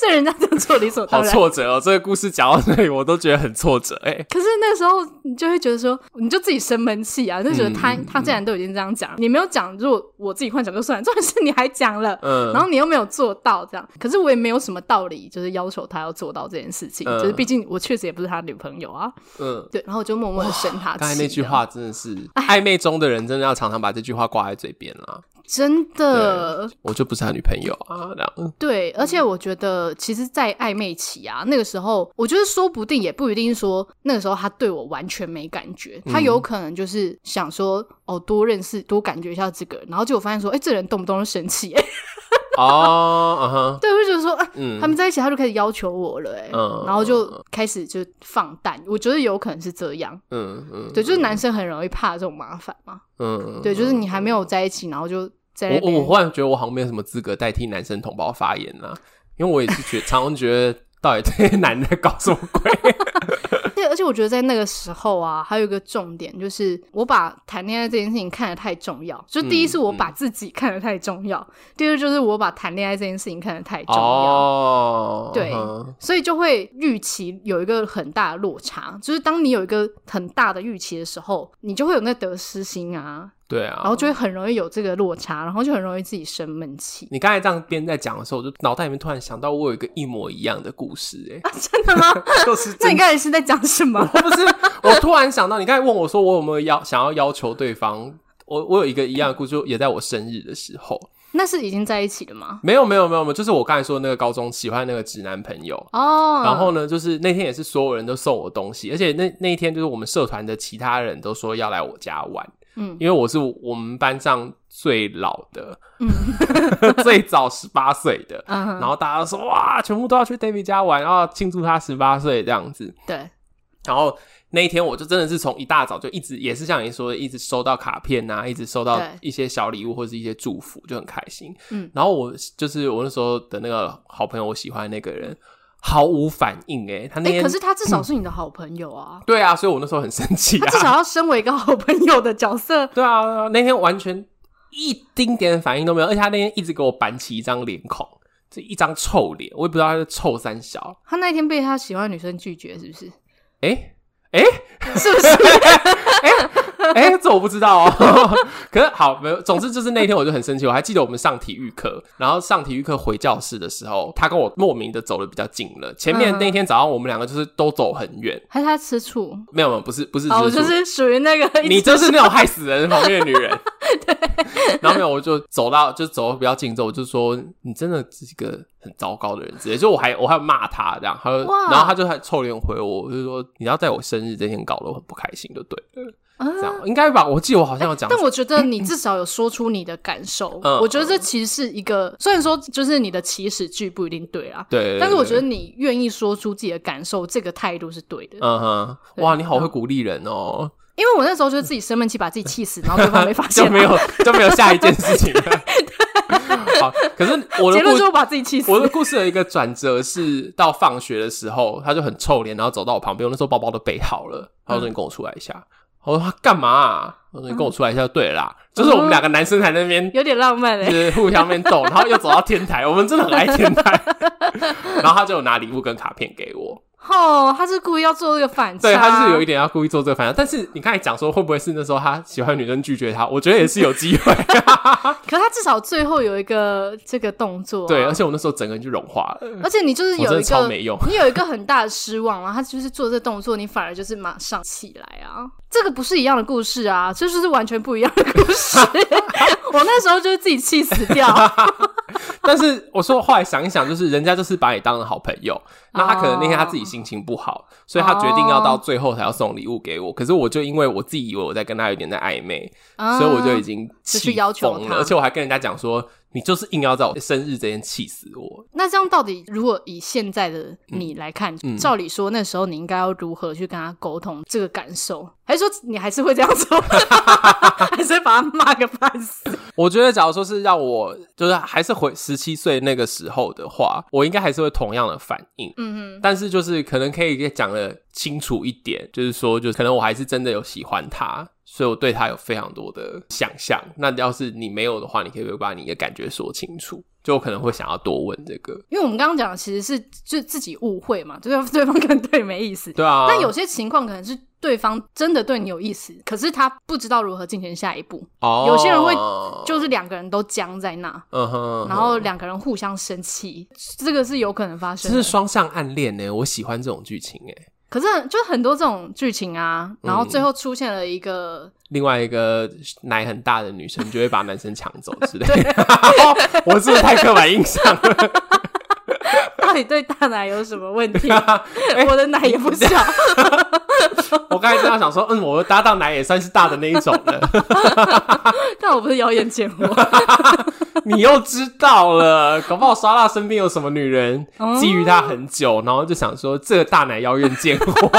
S2: 所以人家这样做理所
S1: 好
S2: 当然。
S1: 挫折哦，这个故事讲到这里，我都觉得很挫折哎。
S2: 可是那时候你就会觉得说，你就自己生闷气啊，就觉得
S1: 嗯
S2: 他、他既然都已经这样讲，你没有讲，如果我自己幻想就算了，重点是你还讲了。
S1: 嗯，
S2: 然后你又没有做到这样，可是我也没有什么道理，就是要求他要做到这件事情，
S1: 嗯
S2: 就是毕竟我确实也不是他女朋友啊，
S1: 嗯，
S2: 对，然后我就默默的生他气。哦
S1: 刚才那句，话真的是暧昧中的人，真的要常常把这句话挂在嘴边啦。
S2: 真的
S1: 我就不是他女朋友啊，然后
S2: 对，而且我觉得，其实，在暧昧期啊，那个时候，我觉得说不定也不一定说那个时候他对我完全没感觉，他有
S1: 嗯
S2: 可能就是想说，哦，多认识，多感觉一下这个人，然后结果发现说，哎、这人动不动就生气、哎， *laughs*
S1: 哦，啊哈，
S2: 对，我就觉得说，哎、
S1: 嗯，
S2: 他们在一起，他就开始要求我了、哎、
S1: 嗯
S2: 然后就开始就放淡，我觉得有可能是这样，
S1: 嗯嗯，
S2: 对，就是男生很容易怕这种麻烦嘛，
S1: 嗯，
S2: 对，就是你还没有在一起，然后就在那
S1: 我我
S2: 边
S1: 我忽然觉得我好像没有什么资格代替男生同胞发言啊，因为我也是觉常常觉得到底这些男的搞什么
S2: *laughs*
S1: 鬼？
S2: 对，而且我觉得在那个时候啊，还有一个重点就是，我把谈恋爱这件事情看得太重要。就第一
S1: 嗯
S2: 是我把自己看得太重要，第二就是我把谈恋爱这件事情看得太重要。
S1: 哦，
S2: 对
S1: 嗯
S2: 所以就会预期有一个很大的落差，就是当你有一个很大的预期的时候，你就会有那得失心啊，
S1: 对啊，
S2: 然后就会很容易有这个落差，然后就很容易自己生闷气。
S1: 你刚才这样边在讲的时候，我就脑袋里面突然想到，我有一个一模一样的故事、哎、
S2: 啊真的吗？
S1: *laughs* 就是
S2: 那
S1: 真
S2: 你刚才是在讲什么？ *laughs*
S1: 我不是，我突然想到，你刚才问我说我有没有要想要要求对方，我我有一个一样的故事，就也在我生日的时候，
S2: 那是已经在一起了吗？
S1: 没有没有没有没有，就是我刚才说的那个高中喜欢那个直男朋友，
S2: 哦，
S1: 然后呢，就是那天也是所有人都送我东西，而且那那一天就是我们社团的其他人都说要来我家玩，
S2: 嗯
S1: 因为我是我们班上最老的，
S2: 嗯
S1: *laughs* 最早十八岁的。
S2: 嗯哼，
S1: 然后大家都说哇，全部都要去 David 家玩，然后庆祝他十八岁这样子。
S2: 对，
S1: 然后那一天我就真的是从一大早就一直也是像你说的，一直收到卡片啊，一直收到
S2: 对
S1: 一些小礼物或是一些祝福，就很开心。
S2: 嗯
S1: 然后我就是我那时候的那个好朋友，我喜欢的那个人毫无反应诶、他那嗯
S2: 哎、
S1: 天、
S2: 可是他至少是你的好朋友啊，
S1: 对啊，所以我那时候很生气
S2: 他
S1: 啊，
S2: *laughs* 至少要身为一个好朋友的角色，
S1: 对啊，对啊那天完全一丁点反应都没有，而且他那天一直给我板起一张脸孔，这一张臭脸，我也不知道他是臭三小，
S2: 他那天被他喜欢的女生拒绝，是不是？ *laughs*
S1: 诶、诶、
S2: 是不 *laughs* 是？
S1: *laughs* 哎、这我不知道哦。 *laughs* 可是好，没有，总之就是那一天我就很生气。我还记得我们上体育课，然后上体育课回教室的时候，他跟我莫名的走的比较近了。前面
S2: 嗯
S1: 那天早上我们两个就是都走很远，
S2: 还是他吃醋？
S1: 没有，没有不是不是，
S2: 哦，我
S1: 是
S2: 就
S1: 说
S2: 是属于那个一直
S1: 你就是那种害死人旁边的女人。
S2: *laughs*
S1: 对， *laughs* 然后没有，我就走到就走得比较近之后，我就说你真的是一个很糟糕的人之类的，就我还我还骂他这样，他就
S2: 哇
S1: 然后他就还臭脸回我，我就说你要在我生日这天搞得我很不开心，就对了，
S2: 啊
S1: 这样应该吧？我记得我好像有讲
S2: 但我觉得你至少有说出你的感受，
S1: 嗯
S2: 我觉得这其实是一个，虽然说就是你的起始句不一定对啊，
S1: 对对，对
S2: 但是我觉得
S1: 对
S2: 你愿意说出自己的感受，这个态度是对的。
S1: 嗯哼，
S2: 对
S1: 哇，你好
S2: 然后
S1: 会鼓励人哦，
S2: 因为我那时候就是自己生闷气，把自己气死，然后对方没发
S1: *laughs*
S2: 现
S1: 就
S2: 啊，
S1: 没有就没有下一件事情
S2: *laughs*
S1: 了。好，可是我的
S2: 结论
S1: 故
S2: 就是我把自己气死
S1: 我。的故事的一个转折是到放学的时候，他就很臭脸，然后走到我旁边，我那时候包包都备好了，他
S2: 嗯
S1: 说你跟我出来一下，我说干嘛、啊？我说你跟我出来一下就对了啦，就是我们两个男生在那边
S2: 有点浪漫嘞、欸
S1: 就是互相面斗，然后又走到天台，我们真的很爱天台，
S2: *laughs*
S1: 然后他就有拿礼物跟卡片给我。
S2: *laughs* 哦，他是故意要做这个反差，
S1: 对他就是有一点要故意做这个反应，但是你刚才讲说会不会是那时候他喜欢的女生拒绝他？我觉得也是有机
S2: *laughs*
S1: 会。
S2: 可他至少最后有一个这个动作、啊
S1: 对，而
S2: 而且
S1: 且我那时候整个人就融化了，
S2: 你就是
S1: 我真
S2: 有
S1: 的
S2: 一
S1: 超
S2: 个，
S1: 没用。
S2: 你有一个很大的失望，啊然后他就是做这动作，你反而就是马上起来啊，这个不是一样的故事啊，这就是完全不一样的故
S1: *laughs*
S2: 事。 *laughs* 我那时候就是自己气死掉，
S1: 但是我说后来想一想，就是人家就是把你当成好朋友，那他可能那天他自己心情不好，所以他决定要到最后才要送礼物给我。可是我就因为我自己以为我在跟他有点在暧昧，
S2: 啊
S1: 所以我就已经
S2: 就
S1: 气
S2: 去要求
S1: 疯
S2: 他
S1: 了，而且我还跟人家讲说，你就是硬要在我生日这天气死我。
S2: 那这样到底，如果以现在的
S1: 嗯
S2: 你来看，照理说那时候你应该要如何去跟他沟通这个感受？还是说你还是会这样做， *laughs* 还是会把他骂个半
S1: *laughs*
S2: 死？
S1: 我觉得，假如说是让我就是还是回十七岁那个时候的话，我应该还是会同样的反应。
S2: 嗯
S1: 但是就是可能可以讲的清楚一点，就是说，就是可能我还是真的有喜欢他，所以我对他有非常多的想象。那要是你没有的话，你可以不可以把你的感觉说清楚？就我可能会想要多问这个，
S2: 因为我们刚刚讲的其实是就自己误会嘛，就是对方可能对你没意思。
S1: 对啊。
S2: 但有些情况可能是对方真的对你有意思，可是他不知道如何进行下一步，
S1: 哦，
S2: 有些人会就是两个人都僵在那，
S1: 嗯哼，
S2: 然后两个人互相生气，这个是有可能发
S1: 这
S2: 生的。
S1: 是双向暗恋呢，我喜欢这种剧情哎。
S2: 可是就很多这种剧情啊，
S1: 嗯
S2: 然后最后出现了一个， *laughs*
S1: 另外一个奶很大的女生就会把男生抢走之类的， *laughs* 我是不是太刻板印象了？
S2: 到底对大奶有什么问
S1: *laughs*
S2: 题？
S1: 哎
S2: 我的奶也不小，
S1: *laughs* 我刚才正要想说，嗯，我的搭档奶也算是大的那一种了。
S2: 但我不是谣言节目，
S1: *laughs* 你又知道了，搞不好莎拉身边有什么女人
S2: 哦
S1: 觊觎她很久，然后就想说这个大奶妖艳贱货。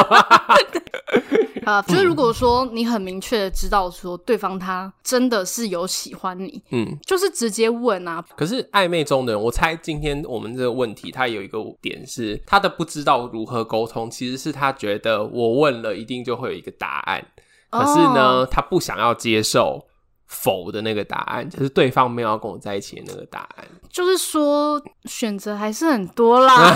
S2: 啊，就是如果说你很明确的知道说对方他真的是有喜欢你，
S1: 嗯，
S2: 就是直接问啊，
S1: *laughs* 可是暧昧中的人，我猜今天我们这个问题，他有一个点是他的不知道如何沟通，其实是他觉得我问了一定就会有一个答案，可是呢，
S2: 哦
S1: 他不想要接受。否的那个答案，就是对方没有要跟我在一起的那个答案。
S2: 就是说选择还是很多
S1: *laughs*
S2: 啦。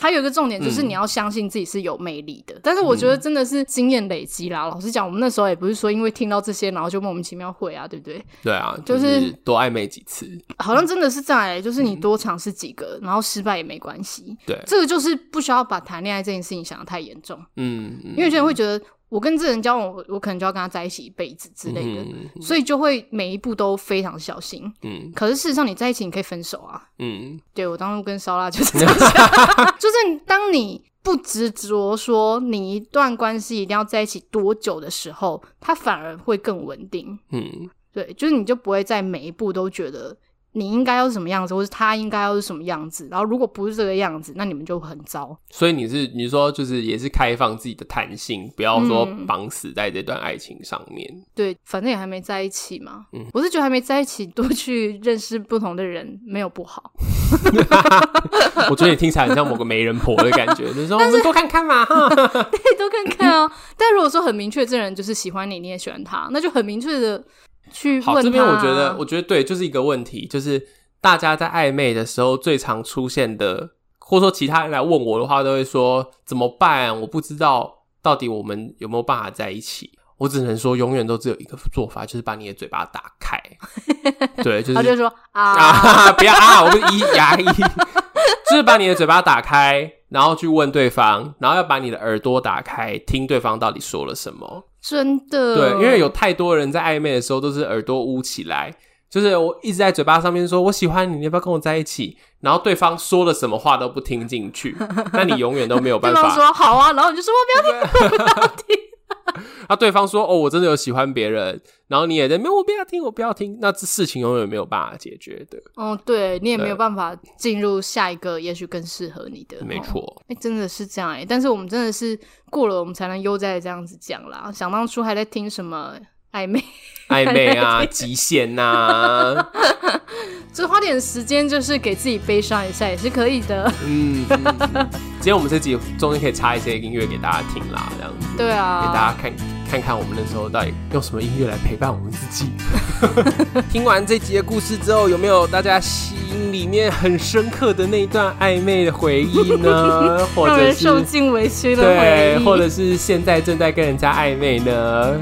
S2: 还有一个重点
S1: 嗯
S2: 就是你要相信自己是有魅力的，但是我觉得真的是经验累积啦。老实讲，我们那时候也不是说因为听到这些然后就莫名其妙会啊，对不对？
S1: 对啊，
S2: 就
S1: 就是是多暧昧几次。
S2: 好像真的是这样、欸，就是你多尝试几个，然后失败也没关系。
S1: 嗯对，
S2: 这个就是不需要把谈恋爱这件事情想得太严重，
S1: 嗯，嗯
S2: 因为有些人会觉得我跟这个人交往，我我可能就要跟他在一起一辈子之类的，
S1: 嗯
S2: 所以就会每一步都非常小心。
S1: 嗯
S2: 可是事实上，你在一起你可以分手啊。
S1: 嗯， *laughs*
S2: 对我当初跟烧腊就是这样想，就是当你。不执着说你一段关系一定要在一起多久的时候，它反而会更稳定。
S1: 嗯，
S2: 对，就是你就不会在每一步都觉得你应该要是什么样子，或是他应该要是什么样子。然后如果不是这个样子，那你们就很糟。
S1: 所以你是你说就是也是开放自己的弹性，不要说
S2: 嗯
S1: 绑死在这段爱情上面。
S2: 对，反正也还没在一起嘛。
S1: 嗯
S2: 我是觉得还没在一起，多去认识不同的人没有不
S1: *laughs*
S2: 好。
S1: 我觉得你听起来很像某个媒人婆的感
S2: *laughs*
S1: 觉，就是说我们多看看嘛哈。
S2: 可以多看看啊。但如果说很明确，这人就是喜欢你，你也喜欢他，那就很明确的去问他啊。
S1: *laughs* 好，这边我觉得，我觉得对，就是一个问题，就是大家在暧昧的时候最常出现的，或者说其他人来问我的话，都会说怎么办？我不知道到底我们有没有办法在一起。我只能说，永远都只有一个做法，就是把你的嘴巴打
S2: *laughs*
S1: 开。对，就是
S2: 他就说啊，
S1: 啊， *laughs* 不要啊，我们一牙医，就是把你的嘴巴打开，然后去问对方，然后要把你的耳朵打开，听对方到底说了什么。
S2: 真的，
S1: 对，因为有太多人在暧昧的时候都是耳朵捂起来，就是我一直在嘴巴上面说我喜欢你，你要不要跟我在一起？然后对方说了什么话都不听进
S2: *laughs*
S1: 去，那你永远都没有
S2: 对
S1: 办
S2: 方
S1: 法。
S2: 说好啊，然后你就说我不要听，
S1: 那对方说哦，我真的有喜欢别人，然后你也在没有，我不要听，我不要听，那这事情永远没有办法解决的，
S2: 哦，对你也没有
S1: 对
S2: 办法进入下一个，也许更适合你的，
S1: 没
S2: 哦。
S1: 错。
S2: 哎、真的是这样哎、但是我们真的是过了，我们才能悠哉的这样子讲啦。想当初还在听什么暧昧， *laughs*
S1: 暧昧啊，极限啊呐、
S2: 就花点时间，就是给自己悲伤一下也是可以的。
S1: 嗯，嗯嗯今天我们这集中间可以插一些音乐给大家听啦，这样子
S2: 对
S1: 给
S2: 啊，
S1: 大家看看看我们那时候到底用什么音乐来陪伴我们自己。 *laughs* 听完这集的故事之后，有没有大家心里面很深刻的那一段暧昧的回忆
S2: *laughs*
S1: 呢？或
S2: 让
S1: 者
S2: 人
S1: 是
S2: 受尽委屈的回
S1: 对，
S2: 忆，
S1: 或者是现在正在跟人家暧昧
S2: *laughs*
S1: 呢？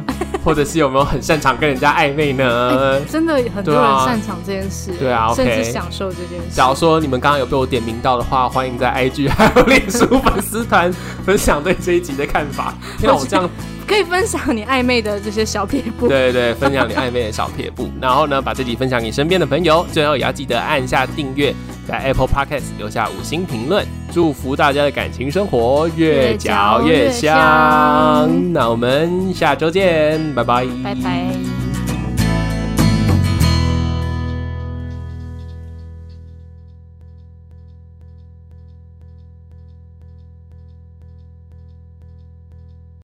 S1: 或者是有没有很擅长跟人家暧昧呢？
S2: 真的很多
S1: 对啊
S2: 人擅长这件事，
S1: 对啊，OK
S2: 甚至享受这件事
S1: 假。如说你们刚刚有被我点名到的话，欢迎在 IG 还有脸书粉丝团分享对这一集的看法。天啊，我这样
S2: 可以分享你暧昧的这些小撇步。
S1: 对对，分享你暧昧的小撇步，然后呢，把这集分享给身边的朋友。最后也要记得按下订阅，在 Apple Podcast 留下五星评论，祝福大家的感情生活越
S2: 越
S1: 嚼
S2: 嚼
S1: 越
S2: 越
S1: 香。
S2: 香
S1: 那我们下周见，拜拜，
S2: 拜拜。